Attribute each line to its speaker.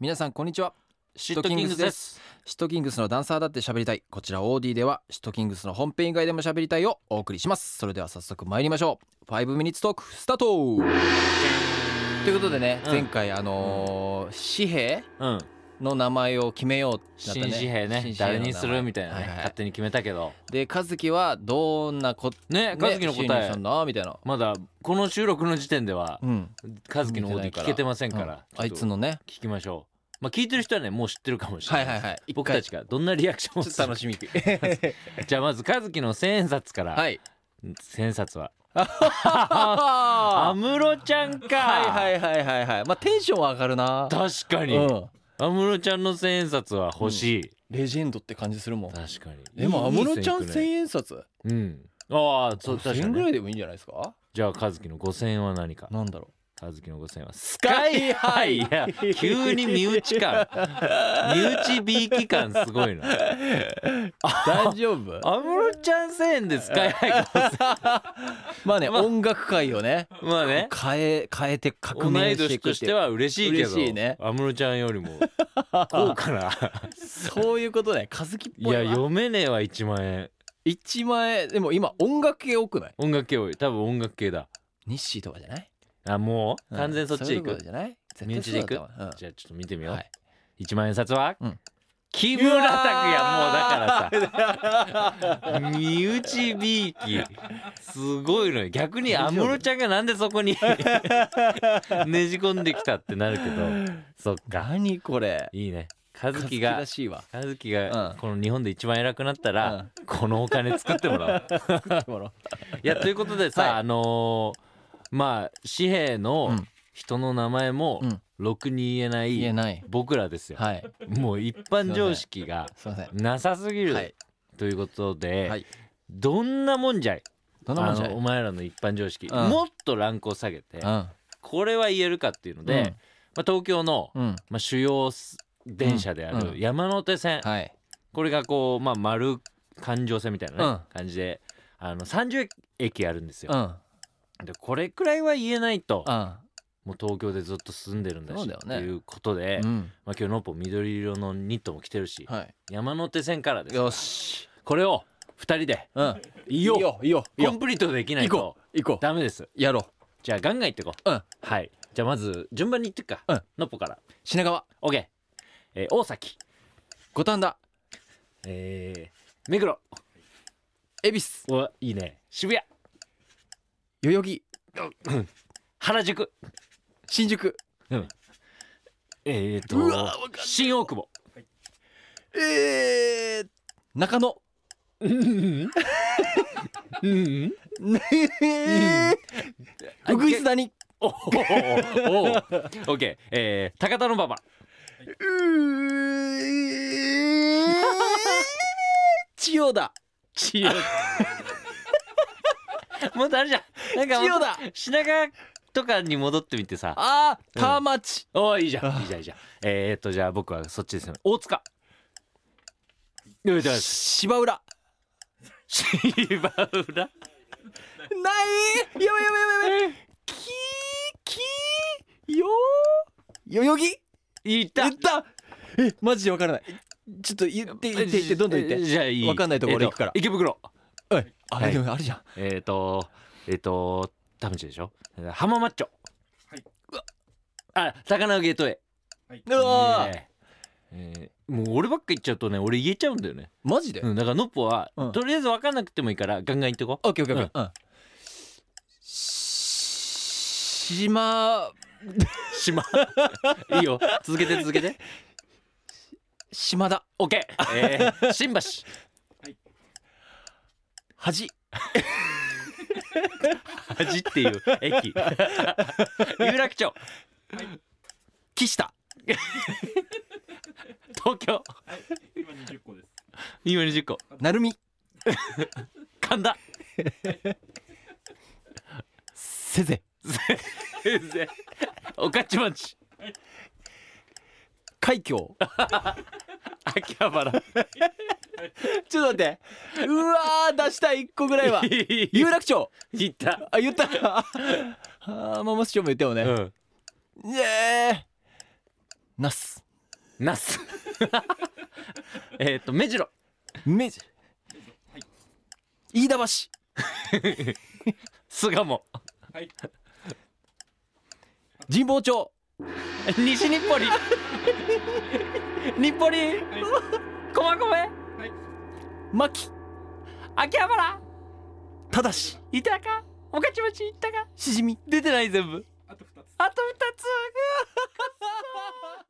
Speaker 1: 皆さんこんにちは
Speaker 2: シットキングスです
Speaker 1: シットキングスのダンサーだって喋りたいこちら OD ではシットキングスの本編以外でも喋りたいをお送りしますそれでは早速参りましょう5ミニッツトークスタートということでね、
Speaker 2: うん
Speaker 1: 前回あのー紙幣
Speaker 2: うん
Speaker 1: の名前を決めようってなったね
Speaker 2: 新紙幣ね
Speaker 1: 新紙幣の名
Speaker 2: 誰
Speaker 1: 前
Speaker 2: にするみたいなね、
Speaker 1: はは
Speaker 2: 勝手に決めたけど
Speaker 1: で和樹はどんなこ
Speaker 2: ね和樹の
Speaker 1: ね
Speaker 2: 答
Speaker 1: 新
Speaker 2: え
Speaker 1: 入社のみたいな
Speaker 2: まだこの収録の時点では
Speaker 1: うん
Speaker 2: 和樹の方で聞けてませんから
Speaker 1: うんあいつのね
Speaker 2: 聞きましょうまあ聞いてる人はねもう知ってるかもしれ
Speaker 1: は
Speaker 2: ないい,、
Speaker 1: はいはい
Speaker 2: 僕たちがどんなリアクションを
Speaker 1: ちょっ
Speaker 2: す
Speaker 1: と
Speaker 2: る
Speaker 1: 楽しみ
Speaker 2: じゃあまず和樹の千円札か ら、
Speaker 1: はい
Speaker 2: 千円札は
Speaker 1: あ
Speaker 2: 安室ちゃんか、
Speaker 1: はいはいはいはいはいまあテンションは上がるな
Speaker 2: 確かに
Speaker 1: う
Speaker 2: 安
Speaker 1: ん
Speaker 2: 室、ちゃんの千円札は欲しい、
Speaker 1: レジェンドって感じするもん
Speaker 2: 確かに
Speaker 1: でも安室ちゃん千
Speaker 2: 円
Speaker 1: 円札
Speaker 2: うんああそう確か
Speaker 1: 千円
Speaker 2: に
Speaker 1: ぐ
Speaker 2: ね、
Speaker 1: らいでもいいんじゃないですか
Speaker 2: じゃあ和樹の五千円は何か
Speaker 1: なんだろ
Speaker 2: 和樹の五千円はスカイハイいや急に身内感身内びいき感すごいな
Speaker 1: う 大丈夫
Speaker 2: 安室ちゃん千円でスカイハイ
Speaker 1: まあね
Speaker 2: まあ
Speaker 1: 音楽界をね
Speaker 2: まあね
Speaker 1: 変え変えて
Speaker 2: 同
Speaker 1: 革命
Speaker 2: い
Speaker 1: してい
Speaker 2: 年
Speaker 1: く
Speaker 2: と
Speaker 1: っ
Speaker 2: してて
Speaker 1: いう
Speaker 2: は嬉しいけど
Speaker 1: 嬉しいね
Speaker 2: 安室ちゃんよりも高価な
Speaker 1: そういうことね和樹っ
Speaker 2: い
Speaker 1: ぽいわ
Speaker 2: や読めねえわ1万円
Speaker 1: 一万円でも今音楽系多くない
Speaker 2: 音楽系多い多分音楽系だ
Speaker 1: 日誌とかじゃない
Speaker 2: あもう
Speaker 1: うん
Speaker 2: 完全にそっち
Speaker 1: そうい
Speaker 2: 行
Speaker 1: うこと
Speaker 2: く
Speaker 1: じゃない
Speaker 2: 身内で行く
Speaker 1: 絶対そうだと思ううん
Speaker 2: じゃあちょっと見てみよ
Speaker 1: はいう
Speaker 2: 1万円札は
Speaker 1: うん
Speaker 2: 木村拓哉もうだからさ身内びいきすごいのよ逆に安室ちゃんがなんでそこに ねじ込んできたってなるけどそっか
Speaker 1: 何これ
Speaker 2: いいね和
Speaker 1: 和
Speaker 2: 樹
Speaker 1: 樹
Speaker 2: が
Speaker 1: らしいわ
Speaker 2: 和樹が
Speaker 1: うん
Speaker 2: この日本で一番偉くなっ たら、このお金作ってもらおう。 いやということでさ、
Speaker 1: はい
Speaker 2: あのーまあ紙幣
Speaker 1: う
Speaker 2: の
Speaker 1: ん
Speaker 2: 人の名前も
Speaker 1: うん
Speaker 2: ろくに言えな
Speaker 1: 言え
Speaker 2: い
Speaker 1: ない
Speaker 2: 僕らですよ。
Speaker 1: はい
Speaker 2: もう一般常識が
Speaker 1: すいません
Speaker 2: なさすぎる、
Speaker 1: はい
Speaker 2: ということで、
Speaker 1: はい
Speaker 2: どんなもんじゃい
Speaker 1: どんなもんじゃ
Speaker 2: あ
Speaker 1: い
Speaker 2: の
Speaker 1: う
Speaker 2: お
Speaker 1: ん
Speaker 2: 前らの一般常識、
Speaker 1: うん
Speaker 2: もっとランクを下げて、これは言えるかっていうので、
Speaker 1: うん
Speaker 2: まあ、東京の、
Speaker 1: うん
Speaker 2: まあ、主要電車であ
Speaker 1: うん
Speaker 2: る山手線、
Speaker 1: はい
Speaker 2: これがこう、まあ、丸環状線みたいなね、
Speaker 1: うん
Speaker 2: 感じであの30駅あるんですよ
Speaker 1: う、ん
Speaker 2: でこれくらいは言えないと
Speaker 1: うん
Speaker 2: もう東京でずっと住んでるんだ
Speaker 1: そう
Speaker 2: し
Speaker 1: だよ
Speaker 2: と、
Speaker 1: ね
Speaker 2: いうことで、
Speaker 1: うん
Speaker 2: まあ、今日のっぽ緑色のニットも着てるし、
Speaker 1: はい
Speaker 2: 山手線からです
Speaker 1: よし
Speaker 2: これを2人で
Speaker 1: うんい
Speaker 2: い
Speaker 1: い
Speaker 2: よ
Speaker 1: よいいよいい
Speaker 2: コン
Speaker 1: よ
Speaker 2: プリートできない
Speaker 1: 行ことう行こ
Speaker 2: ダメです
Speaker 1: うやろ
Speaker 2: じゃあガンガンいってこ
Speaker 1: ううん
Speaker 2: うはいじゃあまず順番にいってくか、
Speaker 1: うん
Speaker 2: のっぽから
Speaker 1: 品川
Speaker 2: OK、えー、大崎
Speaker 1: 五反田
Speaker 2: えー、目黒
Speaker 1: 恵比寿
Speaker 2: おいいね渋谷
Speaker 1: 代々木
Speaker 2: 原宿
Speaker 1: 新宿
Speaker 2: えー、と
Speaker 1: うわわかんない
Speaker 2: 新大久保
Speaker 1: えー中野
Speaker 2: うんうん
Speaker 1: えー
Speaker 2: うん
Speaker 1: 福井津谷
Speaker 2: おおおおオッケーえー、高田馬場
Speaker 1: 千代田
Speaker 2: 千代 もっとあれじゃんなんかもっと
Speaker 1: 千代
Speaker 2: 品川とかに戻ってみてさ
Speaker 1: あー田町
Speaker 2: おおいいじゃんいいじゃんいいじゃんえー、っとじゃあ僕はそっちですね大塚よいしょ
Speaker 1: 芝浦
Speaker 2: 芝浦
Speaker 1: ないやばいやばいやばいやばいききよー代々木
Speaker 2: いた
Speaker 1: 言ったえマジでわからないちょっと言って言って言ってどんどん言って
Speaker 2: じゃあいい
Speaker 1: わかんないとこ俺行くから
Speaker 2: えーと池袋
Speaker 1: おいあ
Speaker 2: はい
Speaker 1: でもあれじゃん
Speaker 2: えっ、ー、とえっ、ー、と田淵でしょ浜マッチョ
Speaker 3: はいう
Speaker 2: わあ高輪ゲートウェイ
Speaker 1: うわ
Speaker 2: いい
Speaker 1: ー
Speaker 2: ねえーもう俺ばっか言っちゃうとね俺言えちゃうんだよね
Speaker 1: マジで
Speaker 2: うんだからノッポは、
Speaker 1: うん
Speaker 2: とりあえず分かんなくてもいいからガンガン言ってこ
Speaker 1: オッケーオッケーオッケーうん島
Speaker 2: 島 いいよ続けて続けて
Speaker 1: 島田
Speaker 2: OK、えー、新橋
Speaker 1: 恥
Speaker 2: 恥っていう駅 有楽町
Speaker 1: 岸田
Speaker 2: 東京
Speaker 3: 今20個です。
Speaker 2: 今20個
Speaker 1: 成美
Speaker 2: 神田
Speaker 1: せぜ
Speaker 2: 先生御徒町
Speaker 1: 海峡
Speaker 2: 秋葉原
Speaker 1: ちょっと待ってうわー出したい一個ぐらいは有楽町
Speaker 2: 行った、
Speaker 1: あ言ったあーまあもしちょも言ってもね、
Speaker 2: うん、
Speaker 1: ねえナス
Speaker 2: ナス えっと目白
Speaker 1: 明治
Speaker 3: はい
Speaker 1: 飯田橋
Speaker 2: 巣鴨
Speaker 3: はい
Speaker 1: 神保町
Speaker 2: 西日暮里日暮里
Speaker 3: はい
Speaker 2: 駒込
Speaker 3: はい
Speaker 1: 牧
Speaker 2: 秋葉原
Speaker 1: ただし
Speaker 2: いたか御徒町行ったか
Speaker 1: しじみ
Speaker 2: 出てない全部
Speaker 3: あと二つ
Speaker 2: あと二つ